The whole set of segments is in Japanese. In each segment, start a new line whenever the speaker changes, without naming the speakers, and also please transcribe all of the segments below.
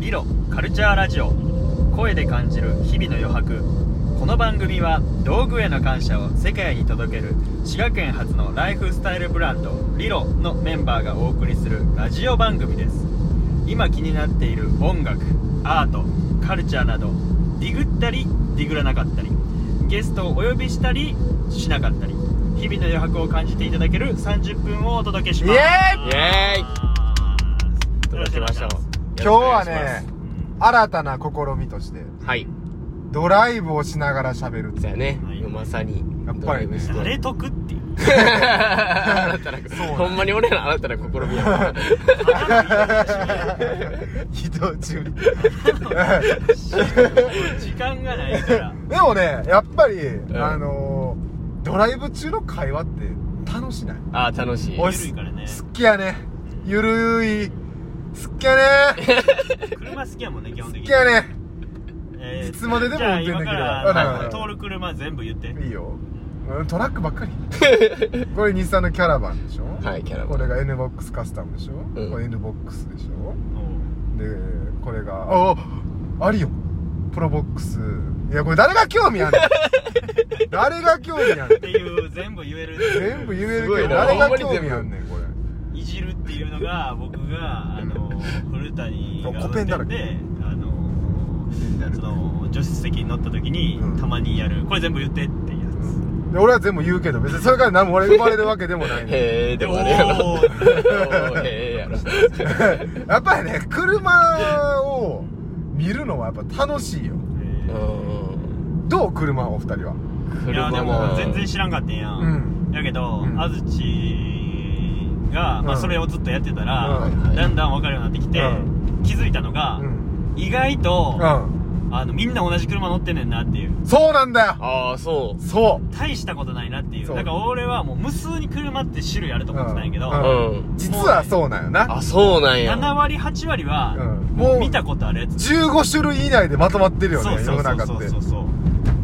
ヒロカルチャーラジオ声で感じる日々の余白この番組は道具への感謝を世界に届ける滋賀県発のライフスタイルブランドリロのメンバーがお送りするラジオ番組です今気になっている音楽アートカルチャーなどディグったりディグらなかったりゲストをお呼びしたりしなかったり日々の余白を感じていただける30分をお届けします
イエ
イエーイ
届きました
今日はね
うん
新たな試みとして
はい
ドライブをしながら 喋るって
じゃあね、
はい
まさに
やっ
ド
ぱ
ライ
りね
ブして
誰 得っていう
新たな
そう
ほんまに俺ら新たな試みやな
移動中に
時間がないから
でもねやっぱり、
ん
あのードライブ中の会話って楽しない
あー楽しい
おい
緩いからね
好きやねゆるい好きやね
車好きやもんね基本的に
好きやね
えー
いつまででも運転できる
じゃあ今か
うん
ら通る車全部言って
いいようんトラックばっ かりこれ日産のキャラバンでしょ
はいキャラバ
こ
ン
れが NBOX カスタムでしょ、
うん
これ NBOX でしょ
も
でこれがあありよプロボックスいやこれ誰が興味ある誰が興味あ
うって
る
いう全部言える
全部言える
す
け
ご
ど
いな
誰が興味あんねんこれ
いじるっていうのが僕があの古谷が運転であのその助手席に乗った時に
うん
たまにやるこれ全部言ってっていうや
で俺は全部言うけど別にそれから何も俺生まれるわけでもないねん
へえ
つ
でもあれやろ
お
お
ー
ー へえやろ
やっぱりね車を見るのはやっぱ楽しいよ
うん
どう車お二人はい
やで
車
も
も
全然知らんかったんや
うんん
やけど
うん
安土がま
う
あ
ん
それをずっとやってたら
うん
だんだん分かるようになってきて
う
気づいたのが
うん
意外と
うん
あのみんな同じ車乗ってんねんなっていう
そうなんだよ
ああそ
そ
大したことないなっていう
そう
だから俺はもう無数に車って種類あると思ってたんやけど、
う
ううん
う実はそうなんよな
あそうなんや
7割8割は、
うん
も
も
う
う
見たことあるやつ
15種類以内でまとまってるよ
そう
ね世
そ
の
う
中
そ
っ
う
て
そうそう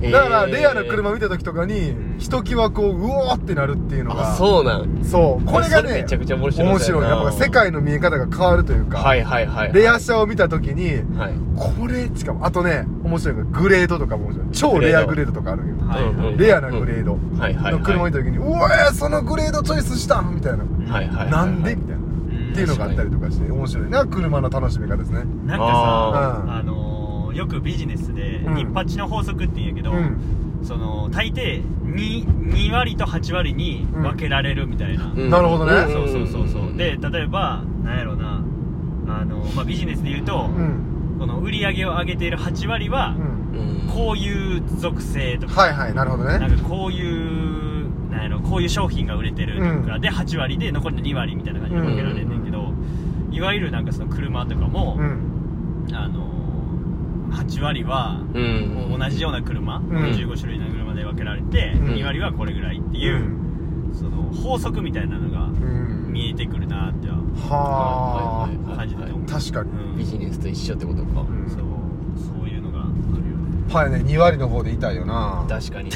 へー
だからレアな車見た時とかに
ん
ひときわこううおーってなるっていうのが
あそうなん
そうこれが
それ
ね
めちゃくちゃ面白いですよな
面やっぱ世界の見え方が変わるというか、
はいはいはい
レア車を見た時に
はい
これしかもあとね面白いのがグレードとかも面白い超レアグレードとかあるよ
はい
うんうん
レアなグレード
はいはいは
の
い
車見た時に「うわーそのグレードチョイスしたん!」みたいな「
はいはいはい
なんで?」みたいなっていうのがあったりとかして面白いな車の楽しみ方ですね
なんかさ
あ
ー
あのーよくビジネスで、
うん
ニッパチの法則って言うんやけど、
うん
その大抵 2, 2割と8割に分けられるみたいな、
うん
なるほどね
ん
そうそうそうそう、
ん
で例えばなんやろなあのまあ、ビジネスで言うと
う、ん
この売り上げを上げている8割
う
は、
ん
うん
こういう属性とか
はいはいなるほど
な
ね
んかこういうなんやろこういう商品が売れてるとか、
うん
で8割で残りの2割みたいな感じで分けられんねんけど、いわゆるなんかその車とかも
う、ん
あのー8割は
う
も
ん
う同じような車、15種類の車で分けられて、
ん
2割はこれぐらいって
う
いう、
ん
その法則みたいなのが
うん
見えてくるなっては
はあ
感じてて思う、
確かに
うん
ビジネスと一緒ってことか
うん
そうそういうのがあるよね
はいね2割の方で痛いよな
確かに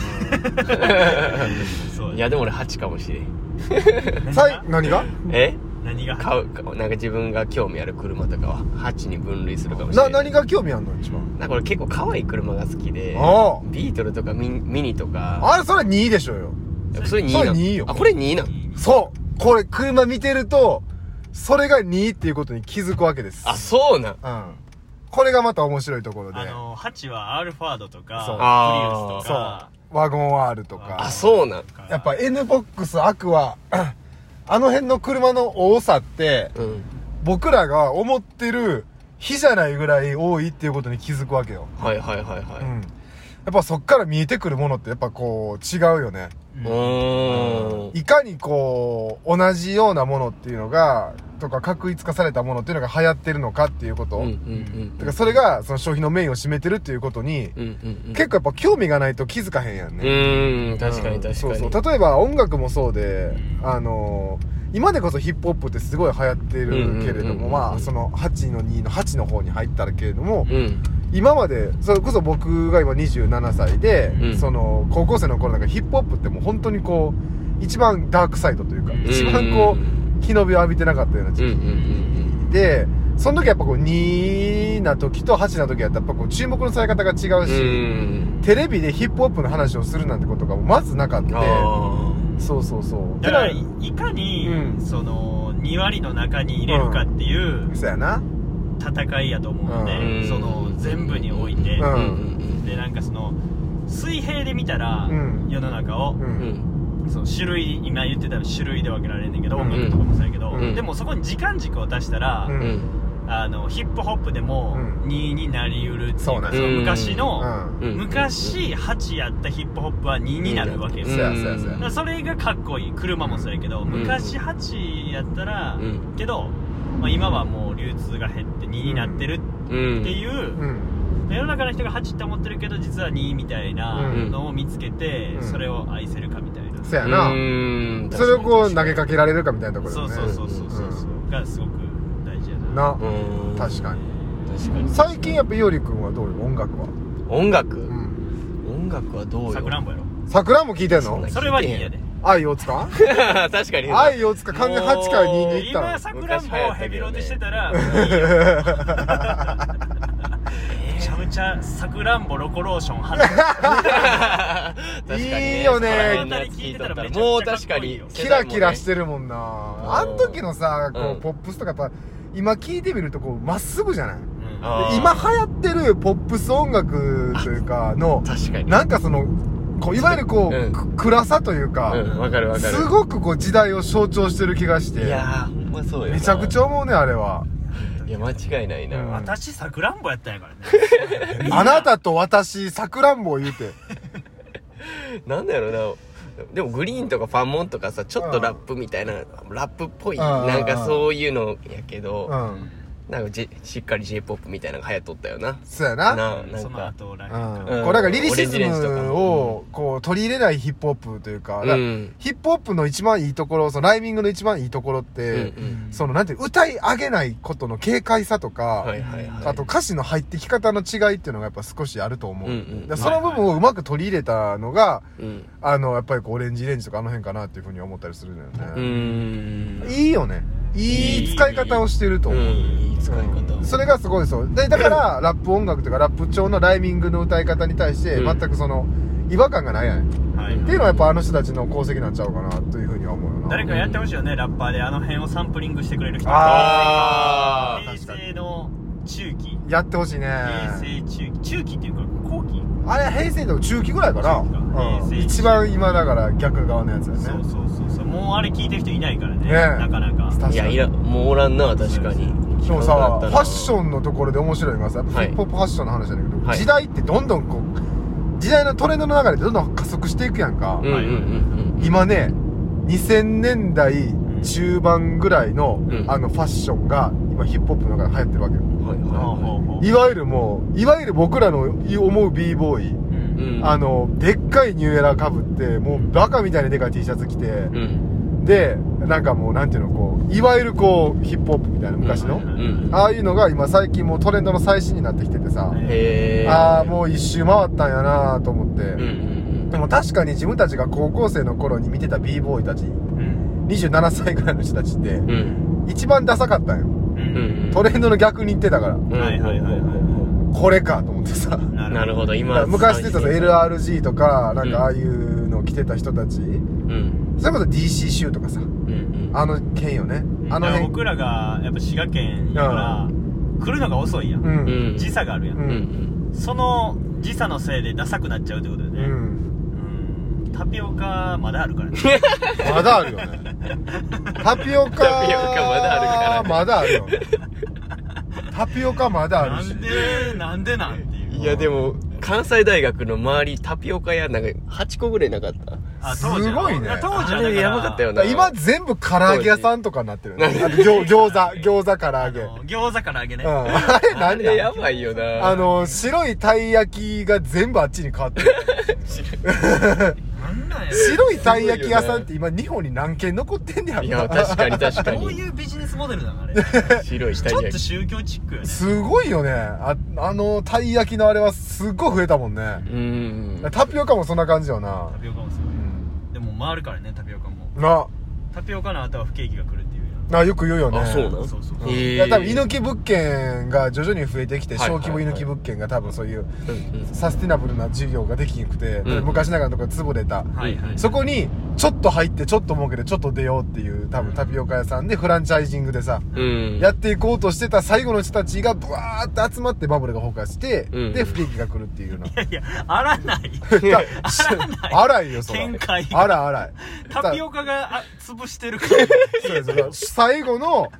そう
いやでも俺8かもしれん
何
さい
が
何が
え
何が
買うかなんか自分が興味ある車とかは8に分類するかもしれ
な
ない
何が興味あんの一番
なんか俺結構可愛い車が好きで
ああ
ビートルとかミミニとか
あれそれ2位でしょうよ
それ2な
それ
ん
2よ
あこれ2なん
そうこれ車見てるとそれが2っていうことに気づくわけです
あそうなん
うんこれがまた面白いところで
あの8はアルファードと
そう
かプリウスと
そ
か
うワゴン R とか
あそうなん
やっぱ NBOX アクア あの辺の車の多さって
うん
僕らが思ってる比じゃないぐらい多いっていうことに気づくわけよ
はいはいはいは
う
い
ん、やっぱそっから見えてくるものってやっぱこう違うよね、
うーん
いかにこう同じようなものっていうのがとか確一化されたものっていうのが流行ってるのかっていうこと、
うんうん
だからそれがその消費のメインを占めてるっていうことに、
うんうんうんうん
結構やっぱ興味がないと気づかへんやん
う
ね、
ーん確かに確
うん
かに
そうそう例えば音楽もそうで、
うん
あのー今でこそヒップホップってすごい流行ってるけれど
うんうんうんうんう
も
ん
まあその8の2の8の方に入ったけれども、
うん
今までそれこそ僕が今27歳で、
うん
その高校生の頃なんかヒップホップってもう本当にこう一番ダークサイドというか、
うん
一番こう日の目を浴びてなかったような
うん
時
うん
期で、その時やっぱこう2な時と8な時やったらやっぱこう注目のされ方が違う
う
し、
ん
テレビでヒップホップの話をするなんてことがまずなかった
あ
そうそうそう
だから
て
いいかに、
うん
その2割の中に入れるかっていう
なそうやな
戦いやと思うんで、
うん
その全部において、
あ
う
うんんうん
でなんかその水平で見たら、
うん
世の中を
う、
うん
ん
その種類今言ってた種類で分けられんねんけど、
うん
音楽とかもそうやけど、
うん
でもそこに時間軸を出したら、
う
うんんうん
あのヒップホップでも
うん
2になりうるっていうか
そうなん
の
うん
昔の、
うん
うん
昔8やったヒップホップは2になるわけです
そう
よ、
やそうやそうや
だからそれがかっこいい車もそうやけど、
ん
昔8やったら、
うん
けど、まあ、今はもう流通が減って2になってる
うん
っていう、
うん
世の中の人が8って思ってるけど実は2みたいなのを見つけて、
うん
それを愛せるかみたいな、
そうやな
うん
それをこう
確
投
かに
げかけられるかみたいなとこ
そ
ろ
う
だ
そ
よ
う
ね
そうそうそうそう、がすごく大事やな
な
うん
確かに
確かに
最近やっぱ伊織君はどうよ音楽は
音
う
楽
ん
音楽はどうよ
さくらんぼやろ
桜も聞いてん
そん
の
な聞いてん
それは2やで
愛大塚
確かに
愛大塚完全8から2に行ったの
今さくらんぼをヘビロテしてた ら
え
めちゃめちゃさくらんぼロコローション花
確かに
いいよね
そんなやつ聞いとったらもう確かに
キラキラしててるもんなあん時のさこ
う
うんポップスとかやっぱ今聞いてみるとこうまっすぐじゃない
あー
今流行ってるポップス音楽というかの
確かに
なんかそのこういわゆるこう、
うん
く暗さというか、
うんわかるわかる
すごくこう時代を象徴してる気がして
いやーほんまそうよな
めちゃくちゃ思うねあれはい
や間違いない
う
な、
ん
私さくらんぼやったんやからね
あなたと私さくらんぼを言うて
なんだろうなでもグリーンとかファンモンとかさちょっとラップみたいなラップっぽい
うんうんうん
なんかそういうのやけ
う
ど
ん
なんかじしっかり j p o p みたいなのが流行っとったよな
そうや な
なな
そ
ん
の
か
後ライ
う
ブ
ん、
うん
これなんかリリシズ
オレンジレンジとか
ムをこう取り入れないヒップホップというか,、
うん
ヒップホップの一番いいところそのライミングの一番いいところっ
う
て、
ん
そのなんていう歌い上げないことの軽快さとか、
うんはいはいはい
あと歌詞の入ってき方の違いっていうのがやっぱ少しあると思う、
うんうん
でその部分をうまく取り入れたのが
うん
あのやっぱりこうオレンジレンジとかあの辺かなっていうふうに思ったりするのよ
う
ね、
ん
いいよねいい使い方をしてると
う
思う、
んいい使い方
それがすごいそうでだからラップ音楽というかラップ調のライミングの歌い方に対して
うん
全くその違和感がないやん、っ
はい
ていうのはやっぱあの人たちの功績なんちゃうかなというふうには思うよな
誰かやってほしいよねラッパーであの辺をサンプリングしてくれる人
あー
平成の中期
やってほしいね
平成中期中期っていうか後期
あれ平成の中期ぐらいかな、
中期か平
う
成
ん、一番今だから逆側のやつだよね
そうそうそうそうもうあれ聞いてる人いないからね
ねえ
なかなか
確
い
か
や
に
いらもうおらんな確かに
でも
聞かんか
さ
っ
フ
た
ァ
な
ッションのところで面白いのがさやっぱ
はい
ヒップホップファッションの話なんだけど、
はい
時代ってどんどんこう時代のトレンドの流れでどんどん加速していくやんか、
うんうんうん
今ね2000年代中盤ぐらいの、
うん
あのファッションが今ヒップホップの中で流行ってるわけよ
うんはいはい
ほう
は
ほうほう
いわゆるもういわゆる僕らの思う b ボーイ、
う
いうんん
あのでっかいニューエラーかぶってもうバカみたいにでかい T シャツ着て、
うん
でなんかもうなんていうのこういわゆるこうヒップホップみたいな昔の、
うん
うん
ああいうのが今最近もうトレンドの最新になってきててさ、
へえ
ああもう一周回ったんやなと思って、
うんうん
でも確かに自分たちが高校生の頃に見てた b ボーイたち
うん
27歳ぐらいの人たちって
うんうん
一番ダサかったんよ
う
うんん
トレンドの逆に言ってたから
うん
はいはいはいは
これかと思ってさ
い
なるほど 今
昔出てたさ LRG とかなん
うん
かああいうの着てた人たち、
うん
それこそ DC 州とかさ
うんうん
あの辺よねあ
だか
の
ら
辺
僕らがやっぱ滋賀県やから来るのが遅いや
うんん
う
時差があるや
うんん
ん
その時差のせいでダサくなっちゃうってことだよ
う
ね
ん
うんタピオカまだあるからね
まだあるよねタピオカ
タピオカまだあるから
まだあるよねタピオカまだあ
な
るし
んでなんでなんっていう
いやでも関西大学の周りタピオカ屋なんか8個ぐらいなかった
あ当時は
すごいね
や当時は
あ
だら
れやばかったよな
今全部唐揚げ屋さんとかになってるよねあと餃餃子餃子唐揚げ
あの餃子から揚げね
うんあれ
あ
何
れ
だ
やばいよな
あの白いたい焼きが全部あっちに変わ ってる
なんなんや
白いたい焼き屋さんって今日本に何軒残ってんねやろ
いや確かに確か
どう
に
いうビジネスモデルなのあ れ
白い下
ちょ
に
っと宗教チックよね
すごいよねああのたい焼きのあれはすっごい増えたもんね
うん
タピオカもそんな感じよな
タピオカもすごい
うん
でも回るからねタピオカも
な
タピオカの後は不景気が来るっていうやん
あよく言うよね
あそうなん
そうそう
うん
へえ
いや多分猪木物件が徐々に増えてきて
はい
小規模猪木物件が多分そういう
うんうん
サスティナブルな事業ができなくて
うん
昔ながらのところで潰れた
はいはい
そこにちょっと入ってちょっと儲けてちょっと出ようっていう多分タピオカ屋さんでフランチャイジングでさ
うん
やっていこうとしてた最後の人たちがブワーって集まってバブルが崩壊して
うん
で不景気が来るっていうような
いやあら ない
荒いよそら
展開が
あら荒い
タピオカがあ潰してるから
そうですそうです最後の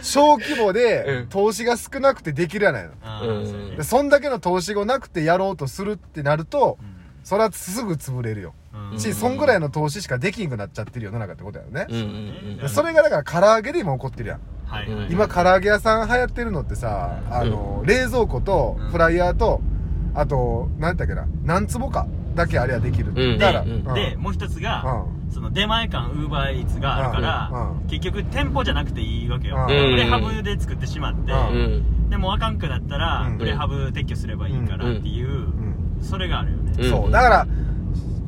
小規模
う
で
ん
投資が少なくてできるやないの
あー
うん
そうね
でそんだけの投資がなくてやろうとするってなるとそれはすぐ潰れるよ
うん
し、
うん
そんぐらいの投資しかできんくなっちゃってる世の中ってことやよね
うんう、ん
でそれがだから唐揚げで今起こってるやん
はいはい
今唐揚げ屋さん流行ってるのってさあの、冷蔵庫と
うん
フライヤーとあと何だっけな何坪かだけあれはできる、
うん
だから、
うん
うん
でもう一つが
う
その出前館ウーバーイーツがあるか
う
ら結局店舗じゃなくていいわけよ
うん
プレハブで作ってしまって
う
うんうん
でもあかんくなったら
うん
プレハブ撤去すればいいからっていうそれがあるよね
ん
うん
そうだから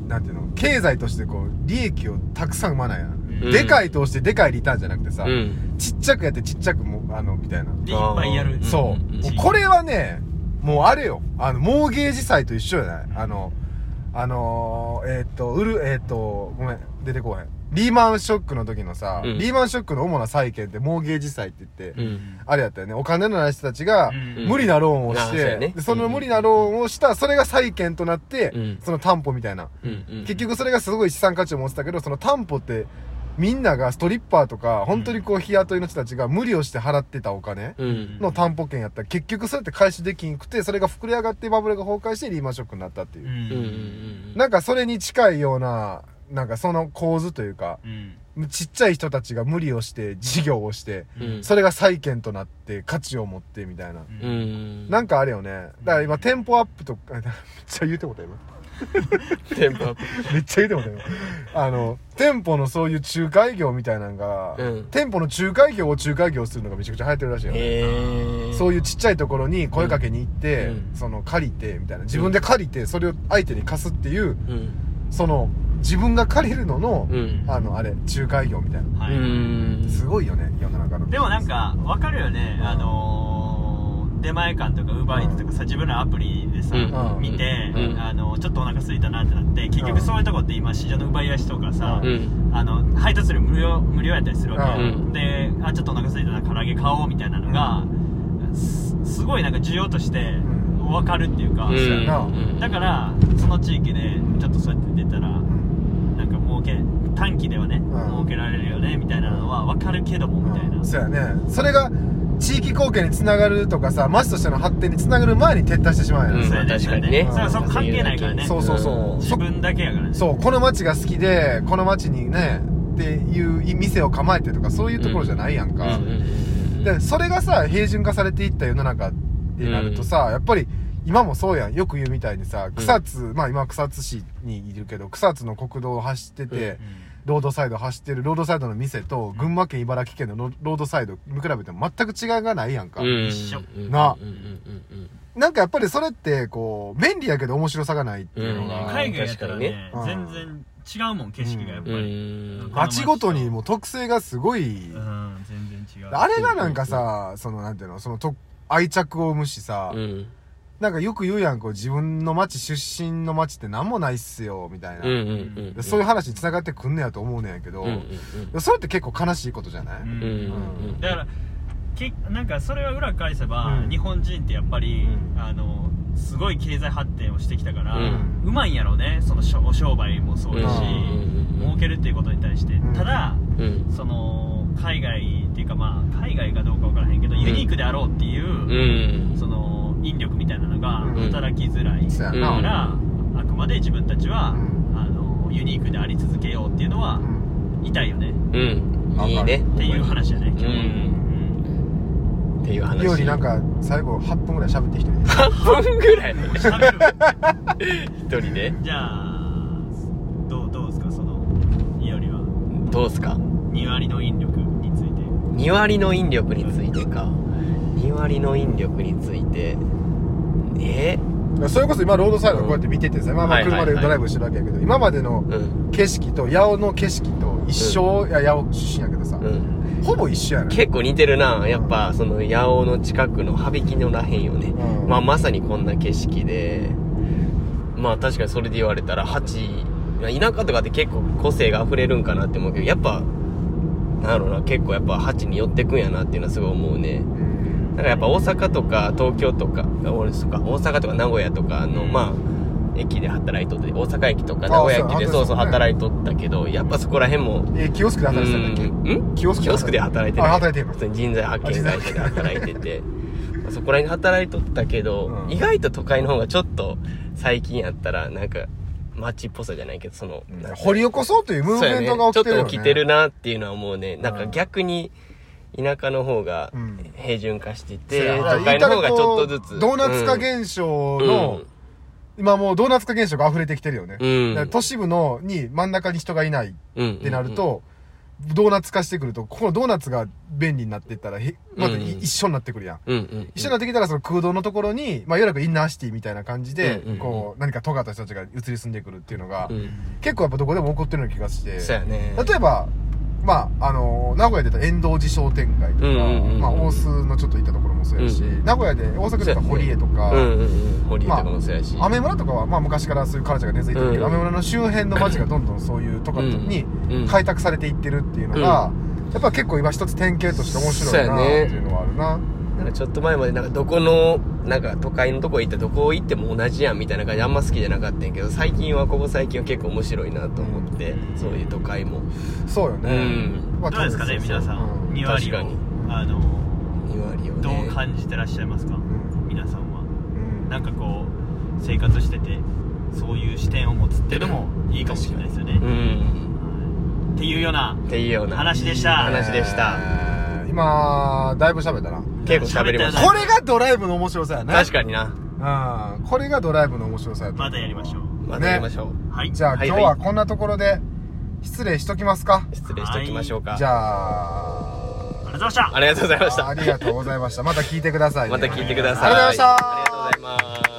なんていうの経済としてこう利益をたくさん生まないやん、
うん
でかい投資ででかいリターンじゃなくてさ、
うん
ちっちゃくやってちっちゃくもあのみたいな、
でいっぱいやる
うん
そうも
うん
うこれはねもうあれよあのモーゲージ債と一緒じゃないあのあのー、えーっと売るえーっとごめん出てこへんリーマンショックの時のさ、
うん
リーマンショックの主な債権ってモーゲージ債って言って、
うん
あれやったよねお金のない人たちが
うん
無理なローンを
あ
し
そう
て、
やね
でその無理なローンをしたそれが債権となって、
うん
その担保みたいな、
うんうん
結局それがすごい資産価値を持ってたけどその担保ってみんながストリッパーとか本当にこう日雇いの人たちが無理をして払ってたお金
うん
の担保権やったら結局それって回収できんくてそれが膨れ上がってバブルが崩壊してリーマンショックになったっていうう、
ん
うんうんうん
なんかそれに近いようななんかその構図というか
うん
ちっちゃい人たちが無理をして事業をして
うん
それが債権となって価値を持ってみたいな
うん
うん
なんかあれよねだから今テンポアップとか めっちゃ言うてもうた今
テンポアップ
めっちゃ言うてもたよ。あの、店舗のそういう仲介業みたいなのが、
うん
店舗の仲介業を仲介業するのがめちゃくちゃ流行ってるらしいよ、ね。
へえ
そういうちっちゃいところに声かけに行って、
うん
その借りてみたいな自分で借りてそれを相手に貸すっていう
うん
その自分が借りるのの、
うん
あのあれ仲介業みたいな
は
う
い
ん
すごいよね世の中の
でもなんかわかるよねあのー出前館とかウーバーイーツとかさ自分らアプリでさ
うん
見て
うん
あのちょっとお腹空いたなってなって結
うん
局そういうとこって今市場の奪い合いしとかさ
うん
あの配達料無料無料やったりするわけ、
うん
であちょっとお腹空いたな唐揚げ買おうみたいなのが、すすごいなんか需要として
ん
分かるっていうか、
うん
やな
うん
だからその地域でちょっとそうやって出たらなんか儲け短期ではね、
ん
儲けられるよねみたいなのは分かるけどもみたいな、
うんそうやねそれが地域貢献につながるとかさ町としての発展につながる前に撤退してしまうやん、
うん
そうやね
まあ確かにね
そうやねそれはそこ関係ないからね
そうそうそう
自分だけやからね
そうこの町が好きでこの町にねっていう店を構えてとかそういうところじゃないやんか、
うんうん
でそれがさ平準化されていった世の中ってなるとさ、やっぱり今もそうやんよく言うみたいにさ草津、まあ今草津市にいるけど草津の国道を走ってて、
うん
ロードサイド走ってるロードサイドの店と群馬県茨城県のロロードサイド見比べても全く違いがないやんか、
うん
一緒
な
うんうん
なんかやっぱりそれってこう便利やけど面白さがないっていうの
うん
が、
海外やったらね
確かにね
全然違うもん景色がやっぱ
うんう
り、
ん
町ごとにもう特性がすごい、
うん全然違う
あれがなんかさ、そのなんていうの、そのと愛着を生むしさ、
うん
なんかよく言うやん、こう自分の町出身の町って何もないっすよ、みたいな。
うんうんうん
でそういう話に繋がってくんねやと思うねんやけど、
うんうん
それって結構悲しいことじゃない、
うん
うんうんうん
だからけなんかそれは裏返せば、
うん
日本人ってやっぱり、
うん
あのすごい経済発展をしてきたから、
う
うんまいんやろうねそのしょお商売もそうだし、
うん
儲けるっていうことに対して、
ん
ただ
うん
その海外っていうかまあ海外かどうかわからへんけど、ユニークであろうっていうう、
ん
その引力みたいなのが
うん
働きづらい、
そうや
だか
な、
ら、あくまで自分たちは、
うん
あのユニークであり続けようっていうのは
う、ん
痛いよね
うん
わかる
いいね
っていう話やね今日は
うんっていう話
よりなんか最後8分ぐらい喋ってきてる
半分ぐらい
うん喋る
一人で
じゃあどうどうですかそのいおりは
どうすか
2割の引力について
2割の引力についてか2割の引力についてえ
それこそ今ロードサイドこうやって見ててさ、まあまあ
はいはいは
車
い
でドライブしてるわけやけど、今までの
うん
景色と八尾の景色と一生、いや八尾出身やけどさ、
うん
ほぼ一緒やね
結構似てるなやっぱその八尾の近くの羽引きのらへんよね、
うん
まあ、まさにこんな景色でまあ確かにそれで言われたら8田舎とかって結構個性が溢れるんかなって思うけどやっぱなんやろな結構やっぱ8に寄ってくんやなっていうのはすごい思う
う
ね
ん
だからやっぱ大阪とか東京とか俺そうか大阪とか名古屋とかの、
うん
まあ駅で働いとって大阪駅とか名古屋駅
あ
でそ
そう
うそう働いとったけどやっぱそこら辺も
えーキオスクで働いてたんだっ
うんん
けキオスク
キオスクで働いて
あ
ない
働いてるの
普通に人材派遣会社で働いててまあそこら辺で働いとったけど、
うん
意外と都会の方がちょっと最近やったらなんか街っぽさじゃないけどその、なんか
掘り起こそうというムーブメントが起きてる
そうやねちょ
よ
っ
ね
と起きてるなっていうのはもうねなんか
うん
逆に田舎の方が
うん
平準化し
そ
て
う
て、
や
都会の方がちょっとずつ
ドーナツ化
うん
現象の、
うん
今もうドーナツ化現象が溢れてきてるよね、
うん
だから都市部のに真ん中に人がいないっ
うんうん
てなると、ドーナツ化してくるとここのドーナツが便利になっていったらへまたい、
うん
一緒になってくるやん
うんうん
一緒になってきたらその空洞のところに、まあ、いわゆるインナーシティみたいな感じで、
うんうんうん
こう何か尖った人たちが移り住んでくるっていうのが、
うん
結構やっぱどこでも起こってるような気がして
そうやね
例えば、まあ、あの名古屋で言ったら遠藤寺商店街とか、
うんうんうん
まあ、大須のちょっと行ったところもそうやし、
うんうん
名古屋で大阪で言ったら堀江とか、
うんうんうん堀江とかもそうやし、
アメ村とかは、まあ、昔からそういうカルチャーが根付いてるけど、
う
ア
ん
メ村の周辺の街がどんどんそういうとかに
うん
開拓されていってるっていうのが、やっぱ結構今一つ典型として面白いなっていうのはあるな、
なんかちょっと前までなんかどこのなんか都会のとこ行ってどこ行っても同じやんみたいな感じあんま好きじゃなかったんやけど最近はここ最近は結構面白いなと思って、
うん
そういう都会も
そうよ
う
ね、
ん
まあ
どうですかね皆さん
うん
2割を
確かに
あの
2割を
ど
ね
う感じてらっしゃいますか
ん
皆さんは
うん
なんかこう生活しててそういう視点を持つっていうのもいいかもしれないですよね、
うん
っていうような
っていうような
話でした
話でした、
えー今だいぶ喋ったな
結構喋りました
喋っ
これがドライブの面白さやね
確かにな
うんこれがドライブの面白さやと
またやりましょう
またやりましょう、
はい
じゃあ
はい
今
はい
日はこんなところで失礼しときますか
失礼しておきましょうか
じゃあ
ありがとうございました
ありがとうございまし
あ
た
りがとうございましたまた聞いてくださいね
また聞いてください
ありがとうございました
ありがとうございます